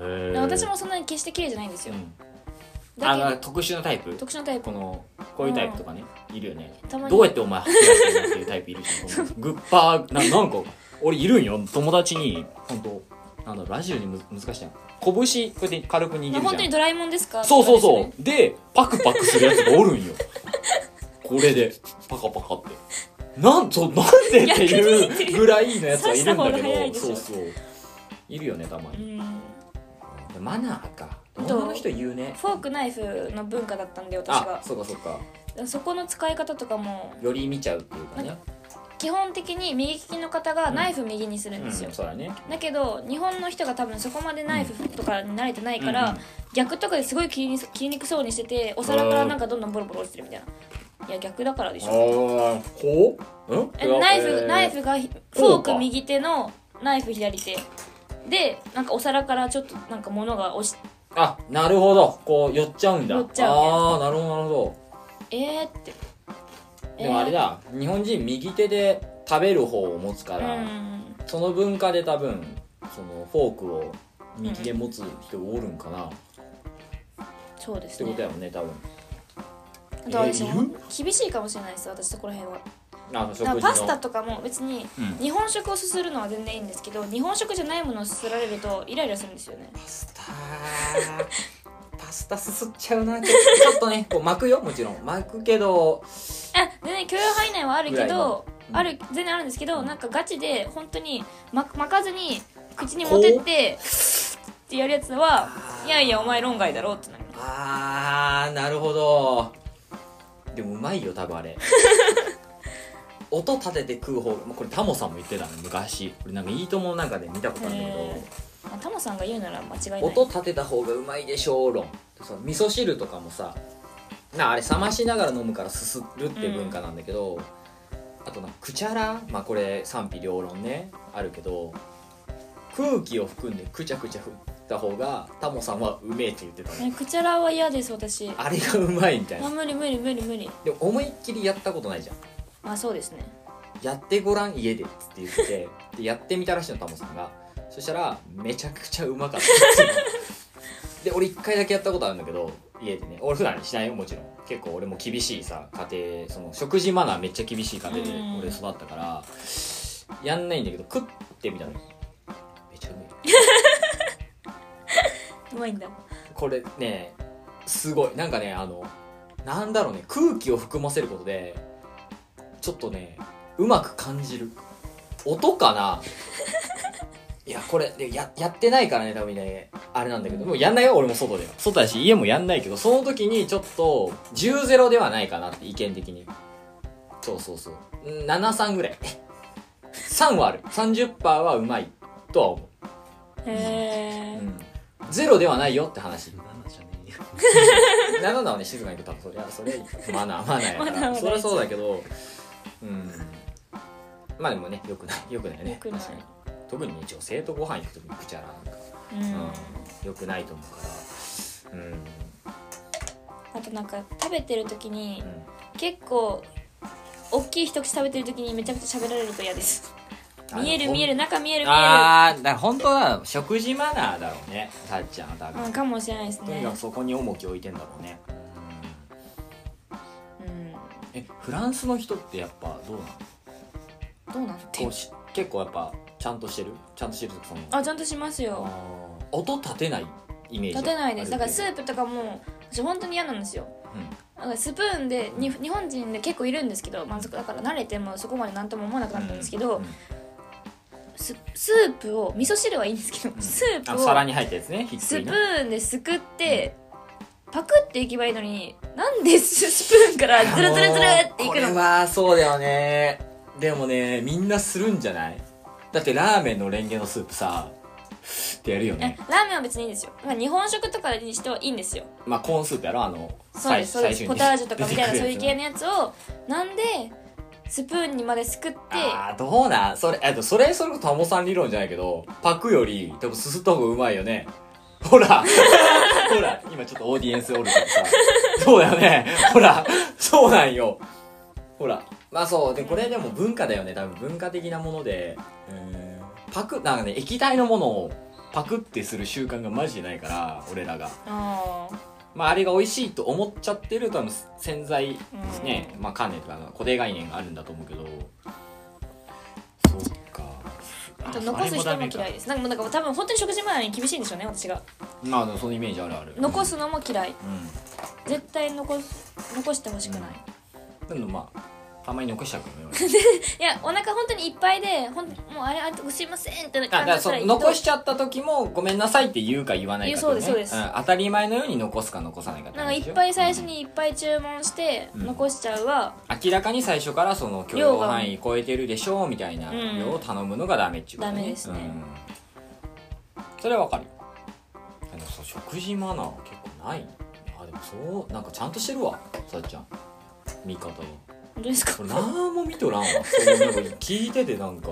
Speaker 1: へえ
Speaker 2: 私もそんなに決して綺麗じゃないんです
Speaker 1: う
Speaker 2: よ
Speaker 1: んあ
Speaker 2: だ
Speaker 1: の
Speaker 2: け
Speaker 1: 特殊なタイプ
Speaker 2: ど特殊なタイプ
Speaker 1: このこういうタイプとかね、いるよね
Speaker 2: たまに
Speaker 1: どうやってお前走らせてるっていうタイプいるじゃんグッパーななんか俺いるんよ友達に本当なんだろうラジオにむ難しいな拳こうやって軽く握
Speaker 2: まあ
Speaker 1: る
Speaker 2: 本
Speaker 1: じゃ
Speaker 2: 当に
Speaker 1: ん
Speaker 2: ドラえもんですか
Speaker 1: そうそうそう
Speaker 2: とか
Speaker 1: で,、パクパクするやつがおるんよこれでパカパカってなんとなんでっていうぐらいのやつはいるんだ
Speaker 2: 刺した方が早
Speaker 1: け
Speaker 2: い
Speaker 1: ど
Speaker 2: でしょ
Speaker 1: そうそういるよねたま
Speaker 2: です
Speaker 1: に、
Speaker 2: よね
Speaker 1: マナーか
Speaker 2: どう
Speaker 1: 女の人言うね
Speaker 2: うんフォークナイフの文化だったんで私
Speaker 1: あ
Speaker 2: が
Speaker 1: そうかそうか
Speaker 2: そこの使い方とかも
Speaker 1: より見ちゃうっていうかね
Speaker 2: 基本的に右利きの方がナイフ右にするんですよ、
Speaker 1: うんそうだね
Speaker 2: だけど日本の人が多分そこまでナイフとかに慣れてないから、
Speaker 1: うんうん
Speaker 2: 逆とかですごい切りに切りにくそうにしててお皿からなんかどんどんボロボロ落ちてるみたいないや逆だからでし
Speaker 1: あ
Speaker 2: ょ
Speaker 1: あこううん
Speaker 2: えナイフ、
Speaker 1: えー
Speaker 2: ナイフがひフォーク右手のナイフ左手でなんかお皿からちょっとなんか物が落ち
Speaker 1: あなるほどこう寄っちゃうんだ
Speaker 2: 寄っちゃうね
Speaker 1: ああなるほどなるほ
Speaker 2: えーって
Speaker 1: どでもあれだ、日本人右手で食べる方を持つか
Speaker 2: え
Speaker 1: ら、
Speaker 2: ーうん
Speaker 1: その文化で多分そのフォークを右で持つ人がおるんかな、っ
Speaker 2: そうです
Speaker 1: て
Speaker 2: ね
Speaker 1: ことやもんね多分
Speaker 2: あと私
Speaker 1: えーいる
Speaker 2: 厳しいかもしれないです私そこら辺は
Speaker 1: あの食
Speaker 2: だか
Speaker 1: 事の
Speaker 2: らパスタとかも別に
Speaker 1: うん
Speaker 2: 日本食をすするのは全然いいんですけど日本食じゃないものをすすられるとイライラするんですよね
Speaker 1: パスタパスタすすっちゃうなちょっとちょっとねこう巻くよもちろん巻くけど
Speaker 2: あ全然許容範囲内はあるけ
Speaker 1: ぐらいの
Speaker 2: ど、
Speaker 1: うん
Speaker 2: ある全然あるんですけど、なんかガチで本当にま巻かずに口に持てってってやるやつは
Speaker 1: あー
Speaker 2: いやいやお前論外だろってなります
Speaker 1: あーなるほどでもうまいよ多分あ れ音立てて食う方まあこれタモさんも言ってたの昔これなんか「いいとも」なんかで見たことあるんだけ
Speaker 2: へまあタモさんが言うなら間違いない
Speaker 1: ど音立てた方がうまいでしょう論そう味噌汁とかもさなあれ冷ましながら飲むからすするって文化なんだけど、あとなんかくちゃらまあこれ賛否両論ねあるけど空気を含んでくちゃくちゃ振った方がタモさんはうめえって言ってたの
Speaker 2: えくちゃらは嫌です私あ
Speaker 1: あれがうまいみたいな
Speaker 2: 無理無理無理無理
Speaker 1: でも思いっきりやったことないじゃん
Speaker 2: まあそうですね
Speaker 1: やってごらん家でっつって言 っててでやってみたらしいのタモさんがそしたらめちゃくちゃうまかったっていうで 俺一回だけやったことあるんだけど家でね俺普段しないよもちろん結構俺も厳しいさ家庭その食事マナーめっちゃ厳しい家庭で
Speaker 2: うん
Speaker 1: 俺育ったからやんないんだけど食ってみたのよめちゃうまいう
Speaker 2: まいんだ
Speaker 1: これねすごいなんかねあのなんだろうね空気を含ませることでちょっとねうまく感じる音かないやこれでややってないからね多分ねあれなんだけどもうやんないよ俺も外では外だし家もやんないけどその時にちょっと10ゼロではないかなって意見的にそうそうそううん73ぐらい3はある30%はうまいとは思
Speaker 2: へ
Speaker 1: う、
Speaker 2: え
Speaker 1: うん、ゼロではないよって話
Speaker 3: 7じゃねえよ
Speaker 1: なのなのね静かに言うと多分それはそれマナーマナーやか
Speaker 2: マナー
Speaker 1: ら
Speaker 2: は大事
Speaker 1: そりゃそうだけどうんまあでもねよくないよくないよね
Speaker 2: よくない
Speaker 1: 確かに特にね女性とご飯行く時にくちゃらなんか、
Speaker 2: うん、
Speaker 1: うん、よくないと思うからうん
Speaker 2: あとなんか食べてる時に
Speaker 1: うん
Speaker 2: 結構大きい一口食べてる時にめちゃくちゃ喋られると嫌です
Speaker 1: あの
Speaker 2: 見える
Speaker 1: ほん
Speaker 2: 見える中見える見え
Speaker 1: ああだから本当は食事マナーだろうねたっちゃんは多
Speaker 2: る、う
Speaker 1: 分
Speaker 2: ん、かもしれないです
Speaker 1: とに
Speaker 2: ね
Speaker 1: かくそこに重きを置いてんだろうねうん
Speaker 2: うん
Speaker 1: えフランスの人ってやっぱどうなの
Speaker 2: どうなん
Speaker 1: こ
Speaker 2: て
Speaker 1: うし結構やっぱちゃんとしてるちゃんとしてるその
Speaker 2: あちゃんとしますよ
Speaker 1: あー音立てないイメージ
Speaker 2: 立てないですだからス
Speaker 1: ー
Speaker 2: ープとかも私本当に嫌なんですよなんかスプーンでに日本人で結構いるんですけど満足だから慣れてもそこまで何とも思わなくなったんですけど、ススープを味噌汁はいいんですけど、スープ
Speaker 1: 皿
Speaker 2: を
Speaker 1: に入ったやつねひっつ
Speaker 2: ス
Speaker 1: い
Speaker 2: プ
Speaker 1: な
Speaker 2: ーンですくって、パクっていけばいいのになんでススプーンからズルズルズルってい
Speaker 1: こ
Speaker 2: く
Speaker 1: れ
Speaker 2: の
Speaker 1: はそうだよねでもねみんなするんじゃないだってラーメンのレンゲのスープさってやるよ
Speaker 2: え
Speaker 1: ね
Speaker 2: ラーメンは別にいいんですよ、まあ、日本食とかにしてはいいんですよ
Speaker 1: まあコーンスープやろあの
Speaker 2: そうですそうですポタージュとかみたいなそういう系
Speaker 1: ね
Speaker 2: のやつをなんでスプーンにまですくって
Speaker 1: あーどうなんそれえっとそれそれこそタモさん理論じゃないけどパクより多分すすった方がうまいよね ほらほら今ちょっとオーディエンスおるからさそうだよねほらそうなんよほらまあそうでこれでも文化だよね多分文化的なものでうんパクなんかね液体のものをパクってする習慣がマジでないから俺らが
Speaker 2: あー
Speaker 1: まああれが美味しいと思っちゃってる多分潜在ね、まあ観念とか固定概念があるんだと思うけどそうか
Speaker 2: あと残す人も嫌いですなんかもうなんか多分本当に食事前に厳しいんでしょうね私が
Speaker 1: まあでもそのイメージあるある
Speaker 2: 残すのも嫌い
Speaker 1: うん
Speaker 2: 絶対残す残してほしくない、
Speaker 1: うんでもまあたまに残したくない
Speaker 2: いやお腹本当にいっぱいでほんもうあれあとすいませんってな
Speaker 1: あだか
Speaker 2: 感じだ
Speaker 1: ら
Speaker 2: った
Speaker 1: そ
Speaker 2: ら
Speaker 1: の
Speaker 2: いい
Speaker 1: 残しちゃった時もごめんなさいって言うか言わないかってことね
Speaker 2: 言うそうですそうです
Speaker 1: ん当たり前のように残すか残さないかって
Speaker 2: なん
Speaker 1: 話
Speaker 2: か
Speaker 1: で
Speaker 2: い
Speaker 1: しょ
Speaker 2: っぱい最初にいっぱい注文して
Speaker 1: うん
Speaker 2: 残しちゃうは、
Speaker 1: 明らかに最初からその許容範囲超えてるでしょうみたいな
Speaker 2: うん
Speaker 1: 量を頼むのがダメっちゅうことね
Speaker 2: ダメですね
Speaker 1: うんそれはわかるでもそう食事マナーは結構ないあでもそうなんかちゃんとしてるわさやちゃん見方が
Speaker 2: 本当ですか
Speaker 1: 俺何も見とらんわそういうなんか聞いててなんか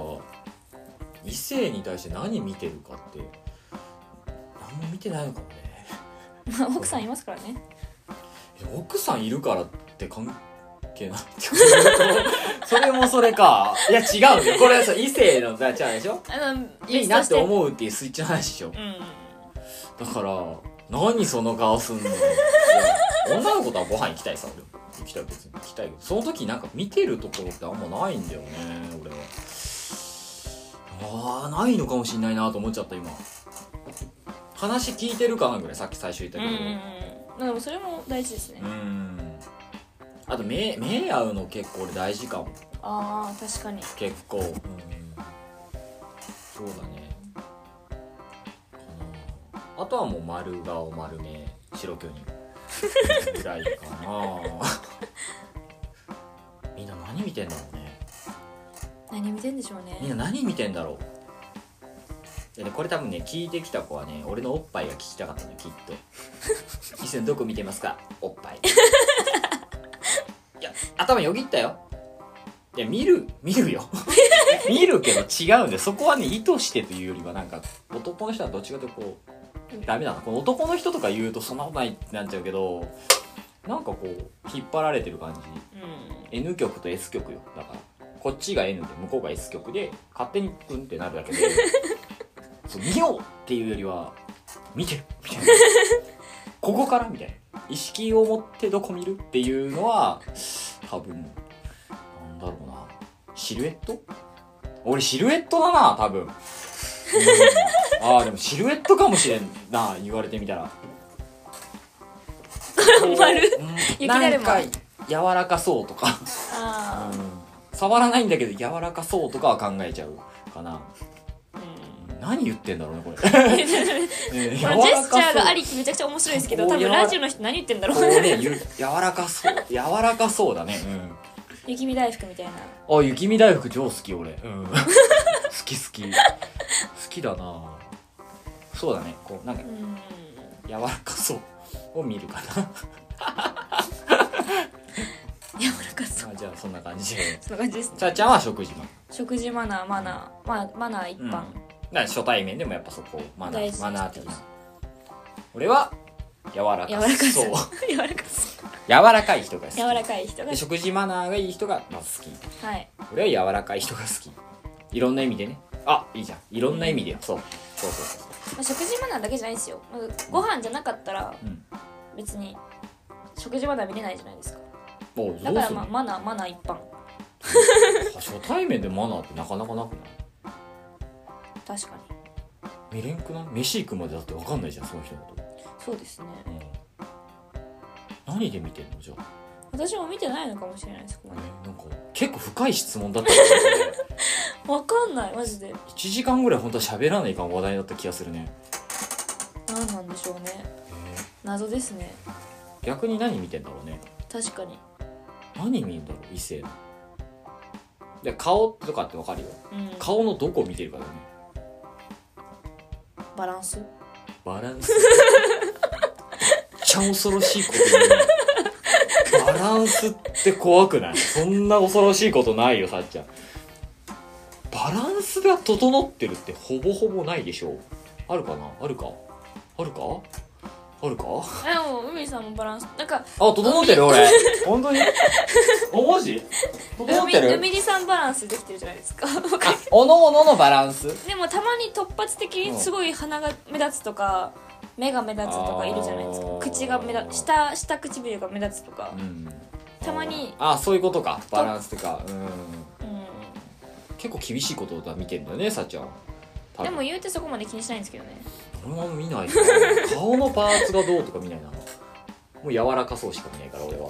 Speaker 1: 異性に対して何見てるかって何も見てないのかもね
Speaker 2: まあ奥さんいますからね
Speaker 1: え奥さんいるからって関係ないってことそれもそれかいや違うよこれはそう異性のだ違うでしょ
Speaker 2: あの
Speaker 1: いいなって思うっていうスイッチの話でしょ
Speaker 2: うう
Speaker 1: だ
Speaker 2: ん
Speaker 1: から何その顔すんのいや女の子とはご飯行きたいさ俺行きたい別に行きたいけどその時なんか見てるところってあんまないんだよね俺はあーないのかもしんないなと思っちゃった今話聞いてるかなぐらいさっき最初言った
Speaker 2: うん
Speaker 1: け
Speaker 2: う
Speaker 1: ど、
Speaker 2: んうんでもそれも大事ですね、
Speaker 1: うんあと目目合うの結構俺大事かも
Speaker 2: ああ確かに
Speaker 1: 結構、うん、そうだねかなあとはもう丸顔丸目白巨人ぐらいかなみんな何見てんだろうね
Speaker 2: 何見てんでしょう
Speaker 1: みん
Speaker 2: ね
Speaker 1: な何見てんだろうでねこれ多分ね聞いてきた子はね俺のおっぱいが聞きたかったのよきっと「一緒にどこ見てますかおっぱい」いや頭よぎったよいや見る見るよ見るけど違うんでそこはね意図してというよりはなんか男の人はどっちかというとこうダメだなこの男の人とか言うとそんなことないってなっちゃうけどなんかこう引っ張られてる感じ
Speaker 2: うん
Speaker 1: N 極と S 極よだからこっちが N で向こうが S 極で勝手にプンってなるだけでそう見ようっていうよりは見 てるみたいなここからみたいな意識を持ってどこ見るっていうのは多分なんだろうなシルエット俺シルエットだな多分、うんああでもシルエットかもしれんな言われてみた ら
Speaker 2: 丸
Speaker 1: うん
Speaker 2: 雪だ
Speaker 1: な
Speaker 2: る
Speaker 1: ん
Speaker 2: ま
Speaker 1: か柔らかそうとか
Speaker 2: あ
Speaker 1: うん触らないんだけど柔らかそうとかは考えちゃうかな
Speaker 2: あ、うん、
Speaker 1: 何言ってんだろうね これ
Speaker 2: このジ
Speaker 1: ね
Speaker 2: ェスチャーがありきめちゃくちゃ面白いですけど多
Speaker 1: こう柔
Speaker 2: 分
Speaker 1: ら
Speaker 2: ラジオの人何言ってんだろ
Speaker 1: こう
Speaker 2: う
Speaker 1: ねゆ柔らかそう柔らかそうだね、
Speaker 2: 雪見大福みたいな
Speaker 1: うん、あ雪見大福超好き俺、う ん、好き好き好きだなそうだねこうなんか
Speaker 2: うん
Speaker 1: 柔らかそうを見るかな
Speaker 2: 柔らかそう
Speaker 1: あじゃあそんな感じで
Speaker 2: そんな感じですね
Speaker 1: ちゃーちゃんは食事の
Speaker 2: 食事マナーマナー、まあ、マナー一
Speaker 1: うん、だ
Speaker 2: 般
Speaker 1: か、ら初対面でもやっぱそこマナ
Speaker 2: 大
Speaker 1: ー
Speaker 2: 事
Speaker 1: マナー的な俺は柔ら
Speaker 2: 柔
Speaker 1: から
Speaker 2: か
Speaker 1: そ
Speaker 2: そう 柔らかそう
Speaker 1: 柔らかい人が好き
Speaker 2: 柔らかい人が
Speaker 1: で食事マナーがいい人がまず好き
Speaker 2: はい
Speaker 1: 俺は柔らかい人が好きいろんな意味でねあいいじゃんいろんな意味でよそうそうそうそう
Speaker 2: まあ食事マナーだけじゃないですよまあご飯じゃなかったら
Speaker 1: うん
Speaker 2: 別に食事マナー見れないじゃないですか
Speaker 1: おうど
Speaker 2: だ
Speaker 1: う
Speaker 2: から
Speaker 1: する
Speaker 2: まあマナーマナー一般
Speaker 1: 初対面でマナーってなかなかなくない
Speaker 2: 確かに
Speaker 1: 見れんくない飯行くまでだって分かんないじゃんその人のこと、
Speaker 2: そうですね
Speaker 1: うん、何で見てんのじゃあ
Speaker 2: 私も見てないのかもしれないそこま
Speaker 1: え
Speaker 2: で
Speaker 1: なんか結構深い質問だったけ ど
Speaker 2: わかんないマジで
Speaker 1: 1時間ぐらい本当は喋らないかん話題だった気がするね、
Speaker 2: 何なんでしょうね
Speaker 1: え
Speaker 2: 謎ですね
Speaker 1: ー逆に何見てんだろうね
Speaker 2: 確かに
Speaker 1: 何見んだろう異性ので顔とかって分かるよ
Speaker 2: うん
Speaker 1: 顔のどこを見てるかだよね
Speaker 2: バランス
Speaker 1: バラ ンスめっちゃ恐ろしいこと言うねバランスって怖くないそんな恐ろしいことないよさっちゃんバランスが整ってるってほぼほぼないでしょあるかなあるかあるかあるか
Speaker 2: でも海さんもバランスなんか
Speaker 1: あ整ってる俺 本当におマジ整って
Speaker 2: 海
Speaker 1: る
Speaker 2: 海地さんバランスできてるじゃない ですか
Speaker 1: あおのおののバランス
Speaker 2: でもたまに突発的にすごい鼻が目立つとか目が目立つとかいるじゃないです
Speaker 1: あ
Speaker 2: か
Speaker 1: ー
Speaker 2: 口が目立下下唇が目立つとか
Speaker 1: うん
Speaker 2: たまに
Speaker 1: あそういうことかバランスとかうん
Speaker 2: うん
Speaker 1: 結構厳しいことだ見てんだよねさっちゃんは多
Speaker 2: で
Speaker 1: 分
Speaker 2: も言うてそこまで気にしないんですけどね
Speaker 1: 俺も見 ないから顔のパーツがどうとか見ないなもう柔らかそうしか見ないから俺は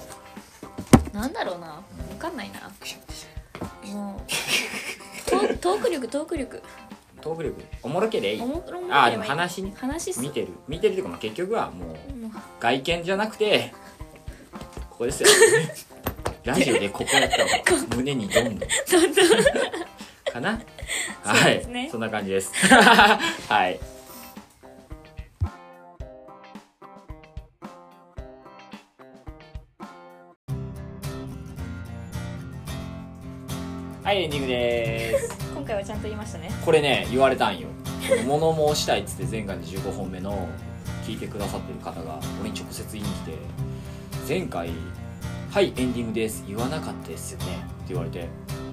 Speaker 2: なんだろうな分かんないな
Speaker 1: クシャクシ
Speaker 2: もうトートーク力トーク力
Speaker 1: ャトーク力おもろけでいい
Speaker 2: おもろもろければいい
Speaker 1: あーでも話ね
Speaker 2: 話っす
Speaker 1: 見てる見てるっていうかまあ結局はもう
Speaker 2: も う
Speaker 1: 外見じゃなくてここ ですよラジオでここやったわ胸にどんどん
Speaker 2: どんどん
Speaker 1: かな、
Speaker 2: そう
Speaker 1: は
Speaker 2: ですね
Speaker 1: いそんな感じです はいはいエンディングです
Speaker 2: 今回はちゃんと言いましたね
Speaker 1: これね言われたんよ物申したいっつって前回の15本目の聞いてくださってる方が俺に直接言いに来て前回「はいエンディングです」言わなかったですよねって言われて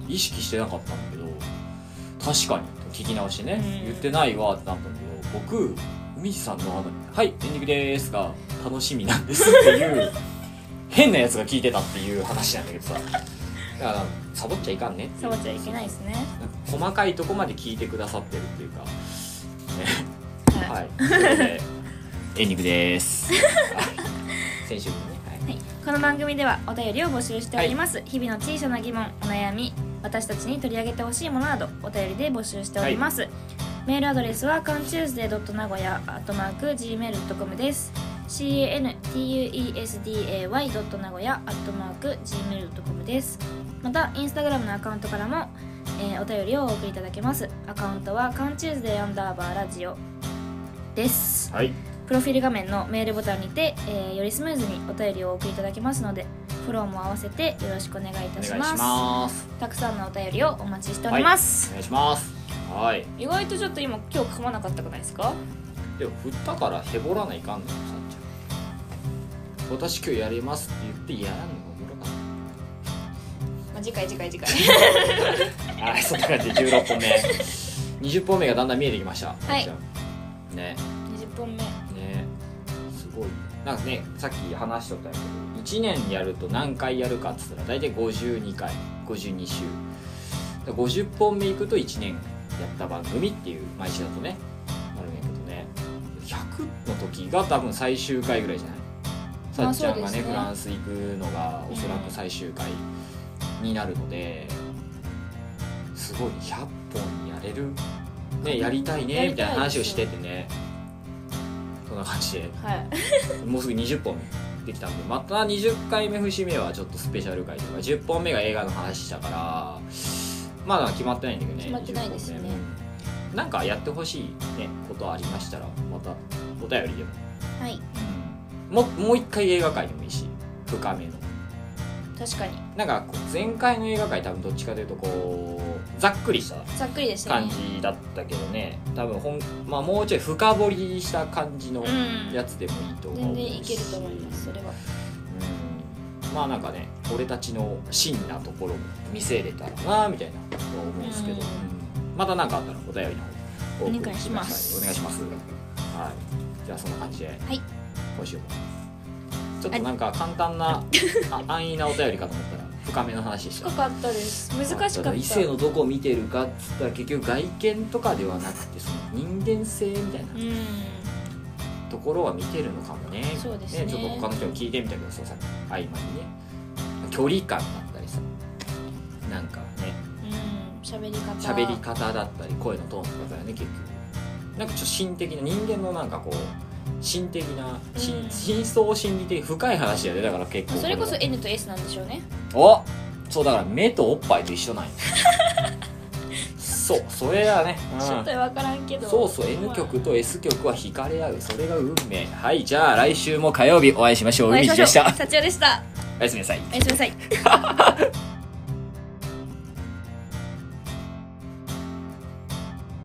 Speaker 1: 意識してなかったんだけど確かに聞き直してね
Speaker 2: うん
Speaker 1: 言ってないわってなったんだけど僕海地さんのあの「はいエンディングです」が楽しみなんですっていう変なやつが聞いてたっていう話なんだけどさだからサボっちゃいかんねってい
Speaker 2: サ
Speaker 1: う
Speaker 2: ボっちゃいけないですね
Speaker 1: なんか細かいとこまで聞いてくださってるっていうか、ね、
Speaker 2: は、
Speaker 1: はいい、ということでエンディングです。はい先週もね、はい、
Speaker 2: この番組ではお便りを募集しております、日々の小さな疑問お悩み私たちに取り上げてほしいものなどお便りで募集しております、メールアドレスは c a n t u e s d a y n a g o y a g m a i l c o m です cantuesday.nagoya.gmail.com ですまたインスタグラムのアカウントからも、えーお便りをお送りいただけますアカウントは cantuesday アンダーバーラジオです
Speaker 1: はい、
Speaker 2: プロフィール画面のメールボタンにて、えーよりスムーズにお便りをお送りいただけますのでフォローも合わせてよろしくお願い
Speaker 1: お
Speaker 2: いた
Speaker 1: 願い
Speaker 2: し
Speaker 1: し
Speaker 2: ます
Speaker 1: ます。
Speaker 2: たくさんのお便りをお待ちしております、
Speaker 1: お願いします。はい、
Speaker 2: 意外とちょっと今今日噛まなかったくないですか
Speaker 1: でも振ったからへぼらないかんのよ、さっちゃん。私今日やりますって言ってやらんのがおもろかっ
Speaker 2: まあ、次回次回次回
Speaker 1: た。はい、そんな感じで16本目、20本目がだんだん見えてきました。
Speaker 2: はい
Speaker 1: さっちゃん。ね、
Speaker 2: 20本目
Speaker 1: ねすごいなんかねさっき話しとったんやけど1年やると何回やるかっつったら大体52回52週だから50本目いくと1年やった番組っていう毎週だとねなるんやけどね100の時が多分最終回ぐらいじゃないさ
Speaker 2: ま
Speaker 1: っ
Speaker 2: あ
Speaker 1: ちゃんが
Speaker 2: そ
Speaker 1: ね
Speaker 2: うですね
Speaker 1: フランス行くのがおそら
Speaker 2: うん
Speaker 1: く最終回になるので、すごい100本やれるねやりたい
Speaker 2: や
Speaker 1: ね
Speaker 2: りたい
Speaker 1: みたいな話をしててねそんな感じで
Speaker 2: はい
Speaker 1: もうすぐ20本できたんでまた20回目節目はちょっとスペシャル回とか10本目が映画の話したからまだ決まってないんだけどね
Speaker 2: 決まってないですね
Speaker 1: 20本目うんなんかやってほしい、ね、ことありましたらまたお便りでも、
Speaker 2: はい
Speaker 1: ももう一回映画界でもいいし深めの
Speaker 2: 確かに
Speaker 1: なんかこう前回の映画界多分どっちかというとこうざっくりした
Speaker 2: ざっくりでした
Speaker 1: 感
Speaker 2: ね
Speaker 1: じだったけどね多分ほん、まあ、もうちょい深掘りした感じの
Speaker 2: うん
Speaker 1: やつでもいいと思う
Speaker 2: 全然いけると思いますそれは
Speaker 1: うんまあなんかね俺たちの真なところを見せれたらなみたいなことは思うんですけど、
Speaker 2: うん
Speaker 1: また何かあったらお便りの方
Speaker 2: お願いします
Speaker 1: お願いしますはいじゃあそんな感じで、
Speaker 2: い
Speaker 1: 今週もちょっとなんか簡単なあ安易なお便りかと思ったら深めの話でした
Speaker 2: 深かったです難しかった
Speaker 1: だ異性のどこを見てるかっつったら結局外見とかではなくてその人間性みたいな
Speaker 2: うん
Speaker 1: ところは見てるのかもね
Speaker 2: そうですね
Speaker 1: ちょっと他の人に聞いてみたけどささ合間にね距離感だったりさなんかね
Speaker 2: うん喋り方
Speaker 1: 喋り方だったり声のトーンとかだよね結局なんかちょっと心的な人間のなんかこう心的な
Speaker 2: う
Speaker 1: 心
Speaker 2: ん
Speaker 1: 真相心理的深い話やでだから結構
Speaker 2: それこそ
Speaker 1: れ
Speaker 2: N と S なんでしょうね
Speaker 1: おそうだから目とおっぱいと一緒なんや そうそれはね、うん
Speaker 2: ちょっと分からんけど
Speaker 1: そうそう N 曲と S 曲は惹かれ合うそれが運命はいじゃあ来週も火曜日お会いしましょう
Speaker 2: お会い
Speaker 1: 海
Speaker 2: しま
Speaker 1: 地
Speaker 2: しょ
Speaker 1: で
Speaker 2: う
Speaker 1: した
Speaker 2: 幸代でした
Speaker 1: おやすみなさい
Speaker 2: おやすみなさい